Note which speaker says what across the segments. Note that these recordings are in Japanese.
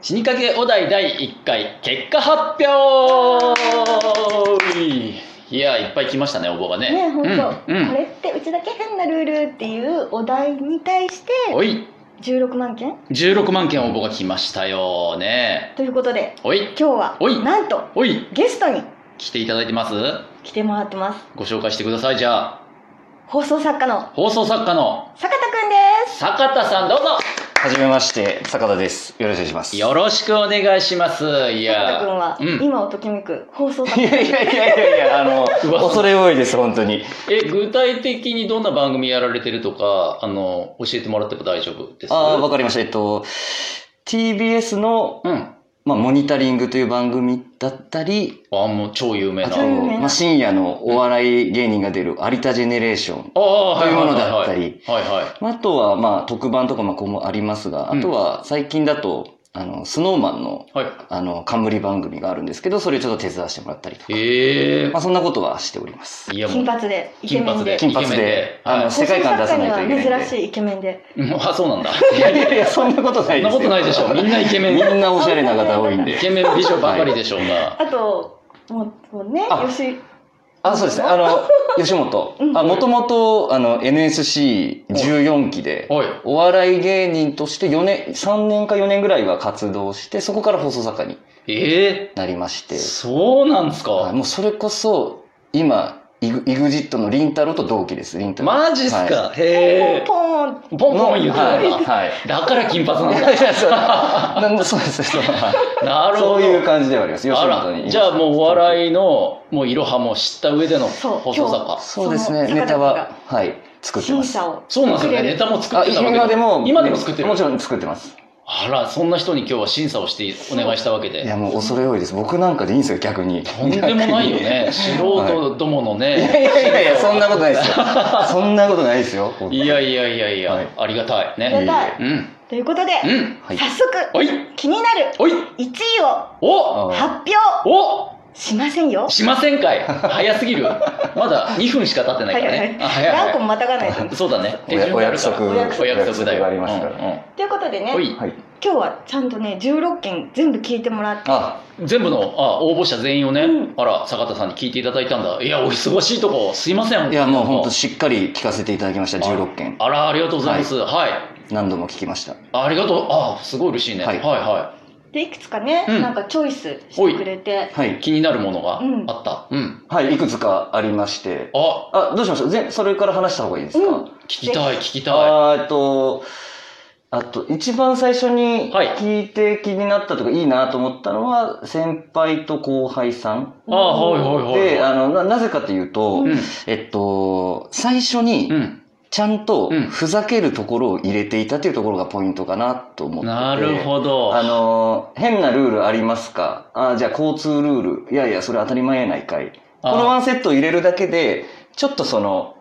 Speaker 1: 死にかけお題第1回結果発表いやいっぱい来ましたね応募がね
Speaker 2: ね本
Speaker 1: う
Speaker 2: 当、
Speaker 1: んうん
Speaker 2: これってうちだけ変なルールっていうお題に対して
Speaker 1: おい
Speaker 2: 16万件
Speaker 1: 16万件応募が来ましたよね
Speaker 2: ということで
Speaker 1: おい
Speaker 2: 今日は
Speaker 1: おい
Speaker 2: なんと
Speaker 1: おい
Speaker 2: ゲストに
Speaker 1: 来ていただいてます
Speaker 2: 来てもらってます
Speaker 1: ご紹介してくださいじゃあ
Speaker 2: 放送作家の
Speaker 1: 放送作家の
Speaker 2: 坂田くんです
Speaker 1: 坂田さんどうぞ
Speaker 3: はじめまして、坂田です。よろしくお願いします。
Speaker 1: よろしくお願いしますい
Speaker 2: 坂田くん
Speaker 1: や
Speaker 2: は、
Speaker 1: うん
Speaker 2: 今をときめく放送作
Speaker 3: い
Speaker 2: 家
Speaker 3: やいやいやいやい や、あの、
Speaker 1: うわ
Speaker 3: 恐れ多いです、本当に。
Speaker 1: え具体的にどんな番組やられてるとかあの教えてもらっても大丈夫です
Speaker 3: ああ、わかりました。えっと、TBS の、
Speaker 1: うんあ
Speaker 3: まあ、モニタリングという番組だったり、
Speaker 1: もう超有名
Speaker 3: あ
Speaker 1: な
Speaker 3: と、
Speaker 2: 超有名な
Speaker 3: まあ、深夜のお笑い芸人が出る有田ジェネレーション。
Speaker 1: ああはいはいはい
Speaker 3: というものだったり
Speaker 1: はいはい
Speaker 3: まああとは、まあ、特番とかもこうもありますが、
Speaker 1: うん
Speaker 3: あとは、最近だと、あの、スノーマンの、
Speaker 1: はい
Speaker 3: あの、冠番組があるんですけど、それをちょっと手伝わせてもらったりとか、
Speaker 1: ええ
Speaker 3: まあ、そんなことはしております。
Speaker 1: いやも
Speaker 2: 金
Speaker 1: う
Speaker 2: 髪でイケ
Speaker 1: 金
Speaker 2: メン
Speaker 1: 髪で
Speaker 2: で
Speaker 3: 金髪
Speaker 1: イケメンで
Speaker 3: で、あの、
Speaker 1: はい
Speaker 3: 世界観出さないといけないんで。
Speaker 2: 放送作家には珍しいイケメンで
Speaker 1: うんあそう なんだ
Speaker 3: いやいやいや、そんなことな
Speaker 1: そ
Speaker 3: い
Speaker 1: ん
Speaker 3: で
Speaker 1: な
Speaker 3: すよ。
Speaker 1: ことないでしょみんなイケメン
Speaker 3: みんなおしゃれな方多いん
Speaker 1: イ
Speaker 3: で。
Speaker 1: ケメン美女ばかりでしょうが、
Speaker 2: あともうもうね
Speaker 3: あ
Speaker 2: よし
Speaker 3: あ、そうですね。あの、吉本
Speaker 2: う。ん
Speaker 3: あ、もともと、あの、NSC14 期で、
Speaker 1: はい、
Speaker 3: お笑い芸人として4年、3年か4年ぐらいは活動して、そこから放送作家に
Speaker 1: え
Speaker 3: なりまし
Speaker 1: え
Speaker 3: て、
Speaker 1: そうなんですか、
Speaker 3: はいもうそれこそ、今、イグイグジットのりんたろーと同期です、りんたろー。
Speaker 1: マジっすか、へえ
Speaker 2: ポーン
Speaker 1: ポンポン
Speaker 3: の
Speaker 1: 言うて
Speaker 3: はい
Speaker 1: るんだ、
Speaker 3: はい。
Speaker 1: だから金髪なん
Speaker 3: い
Speaker 1: だ
Speaker 3: やいやそうなんだそうです。そうはい
Speaker 1: なるほど
Speaker 3: そういう感じではあります。吉
Speaker 1: あ
Speaker 3: 本に。
Speaker 1: らじゃあもうお笑いのもういろはも知った上での
Speaker 2: そう
Speaker 1: 放送作
Speaker 2: 今
Speaker 1: 家
Speaker 3: そうです
Speaker 2: その
Speaker 3: ね。ネタ
Speaker 2: 坂田
Speaker 3: は、はい、作ってま
Speaker 2: 審
Speaker 3: す。
Speaker 2: 査を
Speaker 1: そうなんですよね
Speaker 2: くれ
Speaker 1: ネ
Speaker 2: る
Speaker 1: タも作っ
Speaker 3: あ
Speaker 1: てたわけ
Speaker 3: 今でも
Speaker 1: 今でも作ってる
Speaker 3: もちろん作ってます
Speaker 1: あらそんな人に今日は審査をしてお願いしたわけ
Speaker 3: い
Speaker 1: で
Speaker 3: やもう恐れ多いです僕なんかでいいんですよ逆に
Speaker 1: とんでもないよね素人どもの
Speaker 3: いやい
Speaker 1: ね
Speaker 3: やいやいやそんなことないですよ そんなことないですよ
Speaker 1: いやいやいやい
Speaker 3: はい
Speaker 1: やありがたい
Speaker 2: あり
Speaker 1: ね
Speaker 2: がたい
Speaker 1: うん
Speaker 2: ということで、
Speaker 1: うん
Speaker 3: はい
Speaker 2: 早速、
Speaker 1: おい
Speaker 2: 気になる
Speaker 1: おい
Speaker 2: 1位を
Speaker 1: お
Speaker 3: あ
Speaker 2: 発表
Speaker 1: お
Speaker 2: しませんよ
Speaker 1: しませんかい早すぎるまだ2分しか経ってないからねあ早い
Speaker 2: 何個
Speaker 1: 早
Speaker 2: もまたがないと
Speaker 1: いそうだね
Speaker 3: おやお約束
Speaker 1: 手順があるからお約束だよ
Speaker 3: お約束がありますから
Speaker 1: う
Speaker 2: ということでね
Speaker 1: んうんお
Speaker 2: 今
Speaker 1: い
Speaker 3: はい
Speaker 2: 日はちゃんとね16件全部聞いてもらって
Speaker 3: あ
Speaker 1: 全部のあ応募者全員をね、
Speaker 2: うん
Speaker 1: あら坂田さんに聞いていただいたんだいやお忙しいとこすいません
Speaker 3: いやもう本当しっかり聞かせていただきました16件
Speaker 1: あらありがとうございますはい、
Speaker 3: 何度も聞きました
Speaker 1: ありがとうあすごい嬉しいね、は、
Speaker 3: はいい
Speaker 1: はい
Speaker 2: でいくつかね、
Speaker 1: うん
Speaker 2: なんかチョイスしてくれて
Speaker 3: はい
Speaker 1: 気になるものが
Speaker 2: うん
Speaker 1: あったうん、
Speaker 3: はいいくつかありまして
Speaker 1: あ
Speaker 3: あどうしましょうぜそれから話した方がいいですか、
Speaker 2: うん
Speaker 1: 聞きたい聞きたいは
Speaker 3: あーえっと、あと、一番最初に
Speaker 1: はい
Speaker 3: 聞いて気になったとか、いいなと思ったのは、先輩と後輩さん。
Speaker 1: あーはいはいはい
Speaker 3: で、あの、ななぜかという
Speaker 2: う、
Speaker 3: と
Speaker 1: うん
Speaker 3: えっと、最初に
Speaker 1: う、ん
Speaker 3: ちゃんと
Speaker 1: うん
Speaker 3: ふざけるところを入れていたというところがポイントかなと思ってて。
Speaker 1: なるほど
Speaker 3: あの、変なルールありますかあーじゃあ交通ルール。いやいや、それ当たり前やないかい。このワ
Speaker 1: あ
Speaker 3: ンセットを入れるだけで、ちょっとその、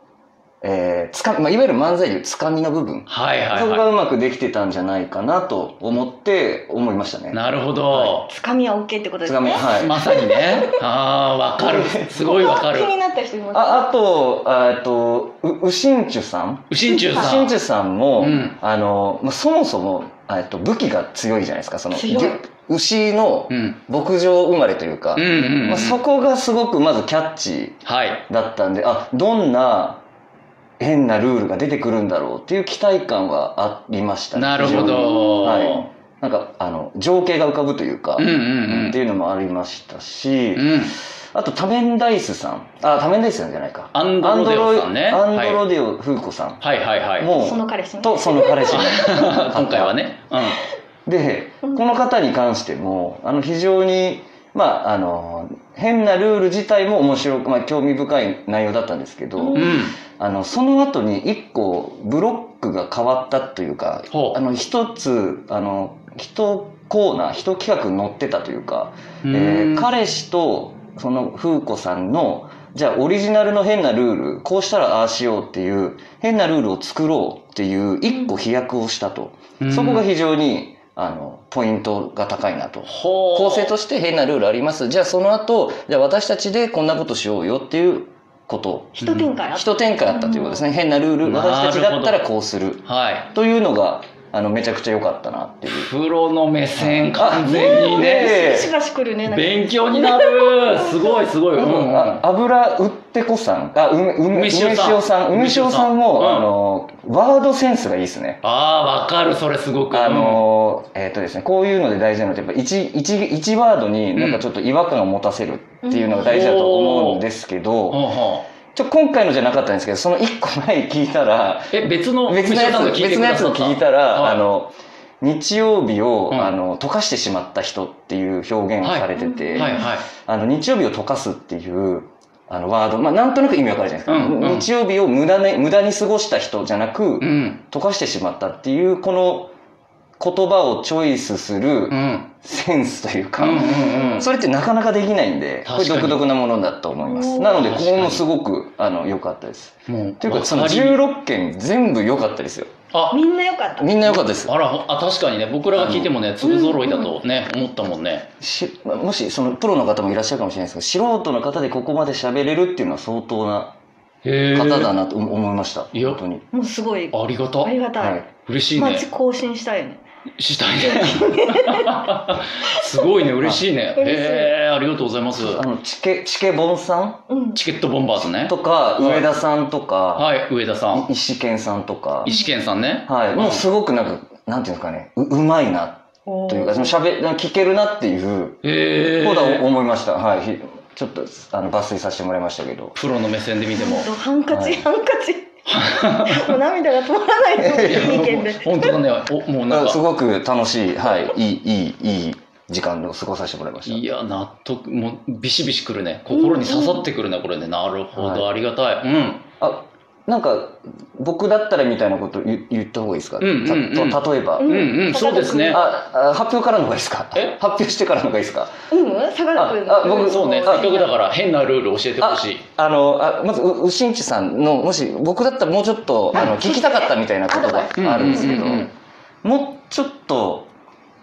Speaker 3: えー、つかみ、まあ、いわゆる漫才でいうつかみの部分。
Speaker 1: はいはい
Speaker 3: そこが
Speaker 1: は
Speaker 3: うまくできてたんじゃないかなと思って思いましたね
Speaker 1: い。なるほど、
Speaker 3: は
Speaker 2: つかみは OK ってことで
Speaker 3: つ
Speaker 2: す
Speaker 3: かみ、
Speaker 2: ね
Speaker 3: はい。
Speaker 1: まさにねああわかるすごいわかる
Speaker 2: 気 になった人います
Speaker 3: あ、あと、あえっと、う、うしんちゅさん。
Speaker 1: 右心中
Speaker 3: う
Speaker 1: さ
Speaker 3: しん
Speaker 1: ん
Speaker 3: ちゅさんも、
Speaker 1: うん
Speaker 3: あの、まあ、そもそも、あえっと、武器が強いじゃないですか、その、
Speaker 2: 強い
Speaker 3: ぎゅ牛の
Speaker 1: うん
Speaker 3: 牧場生まれというか、
Speaker 1: うんうん、うん
Speaker 3: まあ、そこがすごくまずキャッチ
Speaker 1: はい
Speaker 3: ーだったんで、あ、どんな変なルールが出てくるんだろうっていう期待感はありましたね。
Speaker 1: なるほ
Speaker 3: 非常に。
Speaker 1: ど、
Speaker 3: はいなんか、あの、情景が浮かぶというか、
Speaker 1: うんうん
Speaker 3: っていうのもありましたし、
Speaker 1: うんうん
Speaker 3: あと多面ダイスさんあ多面ダイスさんじゃないか
Speaker 1: アンド
Speaker 3: アン
Speaker 1: ロ
Speaker 3: ド
Speaker 1: デ
Speaker 3: ロ
Speaker 1: オ
Speaker 3: イ
Speaker 1: さんね
Speaker 3: アン
Speaker 1: はい
Speaker 3: ドロデオ風子さん、
Speaker 1: はいはいはい
Speaker 3: も
Speaker 2: そうの彼氏ね
Speaker 3: とその彼氏
Speaker 1: 今回はね、うん、
Speaker 3: でこの方に関してもあの非常にまああの変なルール自体も面白く、まあ、興味深い内容だったんですけど、
Speaker 2: うん
Speaker 1: うん、
Speaker 3: あのその後に一個ブロックが変わったというか
Speaker 1: ほう
Speaker 3: あの一つあの一コーナー一企画に載ってたというか
Speaker 1: う
Speaker 3: え
Speaker 1: ー
Speaker 3: ー
Speaker 1: ん
Speaker 3: 彼氏とその風子さんのじゃあオリジナルの変なルールこうしたらああしようっていう変なルールを作ろうっていう一個飛躍をしたと、そこが非常にあのポイントが高いなと
Speaker 1: ほう
Speaker 3: 構成として変なルールありますじゃあその後じゃあ私たちでこんなことしようよっていうこと
Speaker 2: 一展開あった
Speaker 3: 一展開あったということですね変なルール私たちだったらこうする
Speaker 1: はい
Speaker 3: というのがあのめちゃくちゃ良かったなっていう。
Speaker 1: プロの目線、
Speaker 3: あ
Speaker 1: 完全にね。
Speaker 3: ええ
Speaker 2: しばしくるね。なんか
Speaker 1: 勉強になる。すごい、すごい。うんうん
Speaker 3: あ油うってこさん、あ、うめ、うめ、
Speaker 1: 梅
Speaker 3: 梅
Speaker 1: 塩
Speaker 3: 塩
Speaker 1: さん
Speaker 3: さん、梅塩さん
Speaker 1: うん
Speaker 3: も、あの、ワードセンスがいいですね。
Speaker 1: ああ、わかる、それすごく。
Speaker 3: あの、えっとですね、こういうので大事なのって、やっぱ一、一、一ワードになんかちょっと違和感を持たせるっていうのが大事だと思うんですけ
Speaker 1: うん、
Speaker 3: ど、
Speaker 1: ほうほ
Speaker 3: ちょ、今回のじゃなかったんですけど、その一個前聞いたら、
Speaker 1: うえ、別の、
Speaker 3: 別のやつ、別のやつを聞いたら、
Speaker 1: はい
Speaker 3: あの、日曜日を、
Speaker 1: うん
Speaker 3: あの、溶かしてしまった人っていう表現をされてて、
Speaker 2: は
Speaker 1: はいはい。
Speaker 3: あの日曜日を溶かすっていうあのワード、まあ、なんとなく意味わかるじゃないですか、
Speaker 1: うんうん
Speaker 3: 日曜日を無駄,、ね、無駄に過ごした人じゃなく、
Speaker 1: うん。
Speaker 3: 溶かしてしまったっていうこの言葉をチョイスする
Speaker 1: うん。
Speaker 3: センスという
Speaker 1: う
Speaker 3: か、
Speaker 1: んうんうん。
Speaker 3: それってなかなかできないんでこれ
Speaker 1: 確かに
Speaker 3: 独特なものだと思いま
Speaker 2: お
Speaker 3: す
Speaker 2: ー
Speaker 3: なのでこ
Speaker 1: 確か
Speaker 3: こ
Speaker 1: に
Speaker 3: もすごくあの良かったです
Speaker 1: もう、
Speaker 3: というかその
Speaker 1: わりに
Speaker 3: 16件全部良かったですよ
Speaker 1: あ、
Speaker 2: みんな良かった。
Speaker 3: みんな良かったです
Speaker 1: あら、ほあ、確かにね、僕らが聞いてもね、粒揃いだとね、思ったもんね。
Speaker 3: しもしそのプロの方もいらっしゃるかもしれないですけど素人の方でここまで喋れるっていうのは相当な
Speaker 1: へえ。
Speaker 3: 方だなと思思いました、
Speaker 1: いや
Speaker 3: 本当に
Speaker 2: もうすごい。
Speaker 1: ありがた
Speaker 2: あ。りがた
Speaker 3: はいい。
Speaker 1: 嬉しい
Speaker 2: マジ
Speaker 1: ね。
Speaker 2: 更新したいよね。
Speaker 1: したいね。 すごいね、嬉しいね。
Speaker 2: 嬉しい
Speaker 1: へえ、ありがとうございます。
Speaker 3: あのチケチケボンさ
Speaker 2: うん。
Speaker 1: チケットボンバーズね
Speaker 3: ん。とか
Speaker 1: い
Speaker 3: 上田さんとか、
Speaker 1: はい、上田さん。
Speaker 3: い石健さんとか、
Speaker 1: 石健さんね。
Speaker 3: はい、もうすごくなんかなんていうんですかねううまいな
Speaker 2: おー
Speaker 3: というかその喋なんか聞けるなっていう
Speaker 1: へえ。
Speaker 3: ことは思いました、はいひちょっとあの抜粋させてもらいましたけど
Speaker 1: プロの目線で見ても
Speaker 2: ほん。とハンカ
Speaker 3: は
Speaker 2: チ
Speaker 3: い
Speaker 2: ハンカチ。 もう涙が止まらないよ。意見で。
Speaker 1: 本当だね。おもうなん
Speaker 3: す
Speaker 1: か。
Speaker 3: ごく楽しい、はい、いいいいいい時間を過ごさせてもらいました
Speaker 1: いや納得もうビシビシくるね心に刺さってくるねこれねなるほど、
Speaker 3: は
Speaker 1: ありがたいうん
Speaker 3: あなんか僕だったらみたいなこと言言った方がいいですか、
Speaker 1: うんうんうん
Speaker 3: たと例えば、
Speaker 2: うん
Speaker 1: うんうんそうですね
Speaker 3: ああ発表からの方がいいですか
Speaker 1: え
Speaker 3: 発表してからの方がいいですか
Speaker 2: うん。下がる。
Speaker 3: ああ僕
Speaker 1: そうねせ
Speaker 3: あ
Speaker 1: っかくだから変なルール教えてほしい
Speaker 3: あのあまずううしんちさんのもし僕だったらもうちょっとあの聞きたかったみたいなこと
Speaker 2: あ
Speaker 1: うん
Speaker 3: があるんですけど
Speaker 1: ううん
Speaker 3: もうちょっと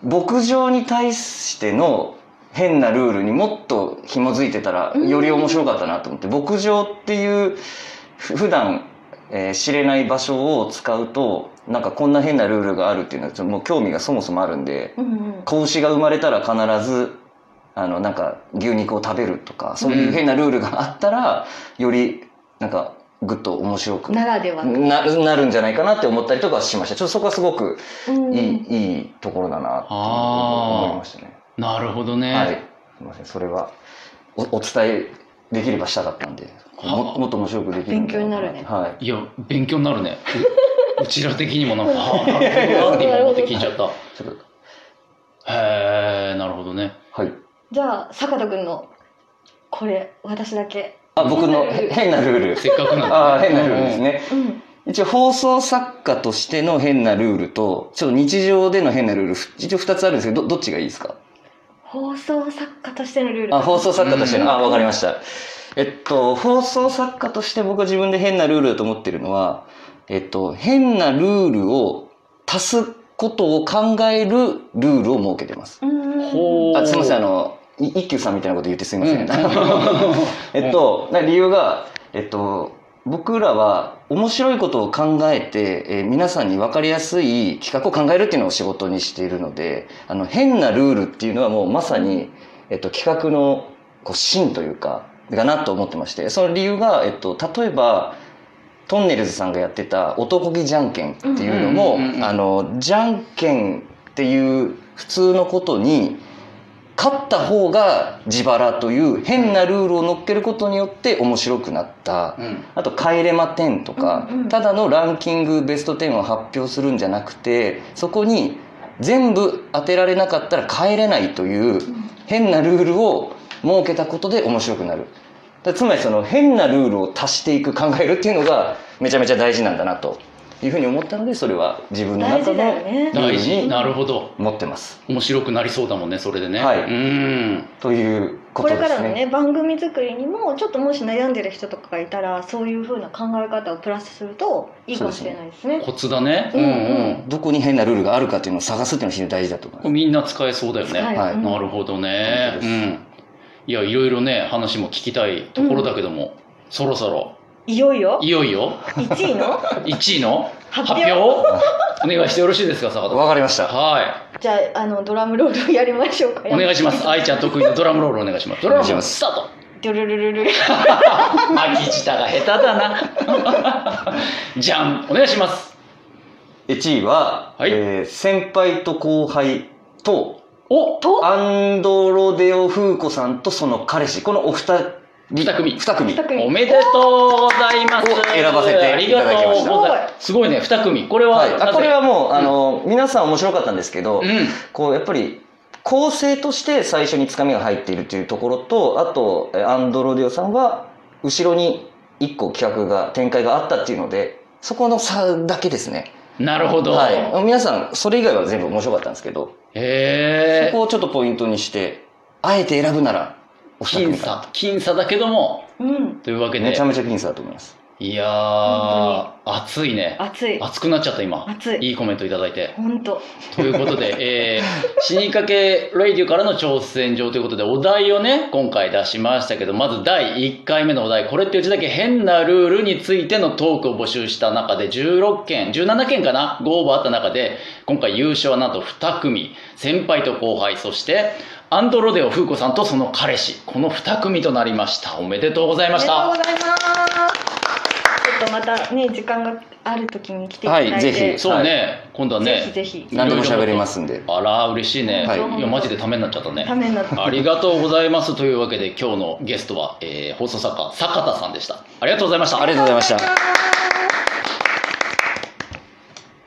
Speaker 3: 牧場に対しての変なルールにもっと紐づいてたら
Speaker 2: うん
Speaker 3: より面白かったなと思って牧場っていうふ普段えー知れない場所を使うとなんかこんな変なルールがあるっていうのはちょっともう興味がそもそもあるんで
Speaker 2: うんうん。
Speaker 3: 子牛が生まれたら必ずあのなんか牛肉を食べるとかそういう変なルールがあったら、よりなんかぐっと面白くな
Speaker 2: ならでは。
Speaker 3: なるんじゃないかなって思ったりとかはしましたちょっとそこはすごく
Speaker 2: うん
Speaker 3: いい,、いいところだなって
Speaker 1: あー
Speaker 3: 思いましたね。
Speaker 1: なるほどね、
Speaker 3: はい、すみませんそれはおお伝えできればしたかったんでももっと面白くできるんじ
Speaker 2: 勉
Speaker 3: ゃいか
Speaker 2: 強になるね
Speaker 3: はい
Speaker 1: いや勉強になる ねううちら的にもなんかあーなるほどなって今思って聞いちゃった
Speaker 3: ちょっと
Speaker 1: へえなるほどね
Speaker 3: はい
Speaker 2: じゃあ坂田君のこれ私だけ。
Speaker 3: あ僕のへ変なルー ル
Speaker 1: せっかくなんで
Speaker 3: ああ変なルールですね、
Speaker 2: うん。
Speaker 3: 一応放送作家としての変なルールと、ちょっと日常での変なルール、ふ一応二つあるんですけど、どどっちがいいですか
Speaker 2: 放送作家としてのルール。
Speaker 3: あ、放送作家として
Speaker 1: うん
Speaker 3: の、あ、わかりました。えっと、放送作家として僕は自分で変なルールだと思ってるのは、えっと、変なルールを足すことを考えるルールを設けてます。
Speaker 2: うんうん。
Speaker 1: ほう
Speaker 3: あ、すみません、あの、い一休さんみたいなこと言ってすみません。
Speaker 1: うん
Speaker 3: えっと、な理由が、えっと、僕らは面白いことを考えて、えー皆さんに分かりやすい企画を考えるっていうのを仕事にしているので、あの、変なルールっていうのはもうまさに、えっと、企画のこう芯というか、がなと思ってまして、その理由が、えっと、例えば、トンネルズさんがやってた男気じゃんけんっていうのも、
Speaker 1: うんうんうんうん
Speaker 3: あの、じゃんけんっていう普通のことに、勝った方が自腹という変なルールを乗っけることによって面白くなった。
Speaker 1: うん
Speaker 3: あと「帰れま10」とか、
Speaker 2: うんうん
Speaker 3: ただのランキングベスト10を発表するんじゃなくてそこに全部当てられなかったら帰れないという変なルールを設けたことで面白くなるだつまりその変なルールを足していく考えるっていうのがめちゃめちゃ大事なんだなというふうに思ったのでそれは自分の
Speaker 2: 大
Speaker 3: 中
Speaker 2: 事だよ
Speaker 3: の
Speaker 2: ね。
Speaker 1: 大事なるほど
Speaker 3: 持ってます
Speaker 1: 面白くなりそうだもんねそれでね
Speaker 3: はい
Speaker 1: うん
Speaker 3: というこ
Speaker 2: ことれか
Speaker 3: で
Speaker 2: ら
Speaker 3: す
Speaker 2: のね
Speaker 3: ね。
Speaker 2: 番組作りにもちょっともし悩んでる人とかがいたらそういうふうな考え方をプラスするといいかもしれないですね。
Speaker 1: コツだねう
Speaker 2: うんん
Speaker 1: う
Speaker 2: うん
Speaker 1: ん
Speaker 3: どこに変なルールがあるかっていうのを探すっていうのは非常に大事だと思い
Speaker 1: こ
Speaker 3: ま
Speaker 1: れみんな使えそうだよね、
Speaker 2: はい
Speaker 3: はい
Speaker 2: うん
Speaker 1: なるほどねう
Speaker 3: 本当です
Speaker 1: んいやいろいろね話も聞きたいところだけども、そろそろ
Speaker 2: いよいよ
Speaker 1: いよいよ
Speaker 2: 1位の
Speaker 1: 1位の
Speaker 2: 発
Speaker 1: 発
Speaker 2: 表
Speaker 1: 表お願いしてよろしいですか、坂田さん。
Speaker 3: わかりました。
Speaker 1: は
Speaker 2: じゃああのドラムロールをやりましょうか
Speaker 1: い。お願いします。愛ちゃん得意のドラムロールお願いします。ドラムロールスタート。
Speaker 2: ドゥルルルルル
Speaker 1: 秋下が下手だな。 じゃん、お願いします。
Speaker 3: 1位は、
Speaker 1: はい
Speaker 3: えー先輩と後輩と、
Speaker 1: お
Speaker 2: と
Speaker 3: アンドロデオ風子さんとその彼氏、このお二人、
Speaker 1: 二組
Speaker 3: 二組。
Speaker 2: 二組
Speaker 1: おめでとうございます。
Speaker 3: を選ばせていただきました
Speaker 1: ありがとうございます。すごいね、二組。これは、
Speaker 3: はい、あこれはもう、
Speaker 1: うん
Speaker 3: あの皆さん面白かったんですけど、
Speaker 1: なぜ、
Speaker 3: こうやっぱり構成として最初につかみが入っているというところとあとえアンドロデオさんは後ろに一個企画が展開があったっていうのでそこの差だけですね、
Speaker 1: うん。なるほど。
Speaker 3: はい、皆さんそれ以外は全部面白かったんですけどそ
Speaker 1: へえ
Speaker 3: こ。をちょっとポイントにしてあえて選ぶならお二
Speaker 1: 僅
Speaker 3: 組か
Speaker 1: 差、僅差だけども、
Speaker 2: うん
Speaker 1: というわけ
Speaker 3: な
Speaker 1: で。
Speaker 3: めちゃめちゃ僅差だと思います
Speaker 1: いやー、熱いね。
Speaker 2: 熱い
Speaker 1: 熱くなっちゃった今。
Speaker 2: 熱い
Speaker 1: いいコメントいただいて。
Speaker 2: 本当
Speaker 1: ということで、えー、死にかけレイディオからの挑戦状ということで、お題をね、今回出しましたけど、まず第1回目のお題、これってうちだけ変なルールについてのトークを募集した中で、16件、17件かな、ご応募あった中で、今回優勝はなんと2組、先輩と後輩、そして、アンドロデオ風子さんとその彼氏、この2組となりました。おめでとうござい
Speaker 2: お
Speaker 1: ま
Speaker 2: め
Speaker 1: し
Speaker 2: でとう
Speaker 1: た。
Speaker 2: ございますちょっとまたね時間がある時に来ていただいて、
Speaker 3: はいぜひ
Speaker 2: ぜ
Speaker 1: そうね、今度は
Speaker 2: ひ
Speaker 1: ね、
Speaker 2: ぜひ
Speaker 3: 何でも喋れますんで
Speaker 1: あら、嬉しいね。
Speaker 3: はい
Speaker 1: いや、マジでためになっちゃったね。
Speaker 2: ためになっ た
Speaker 1: ありがとうございます。というわけで今日のゲストは、えー放送作家坂田さんでした。ありがとうございました。
Speaker 3: ありがとうございました
Speaker 2: ありがとうございます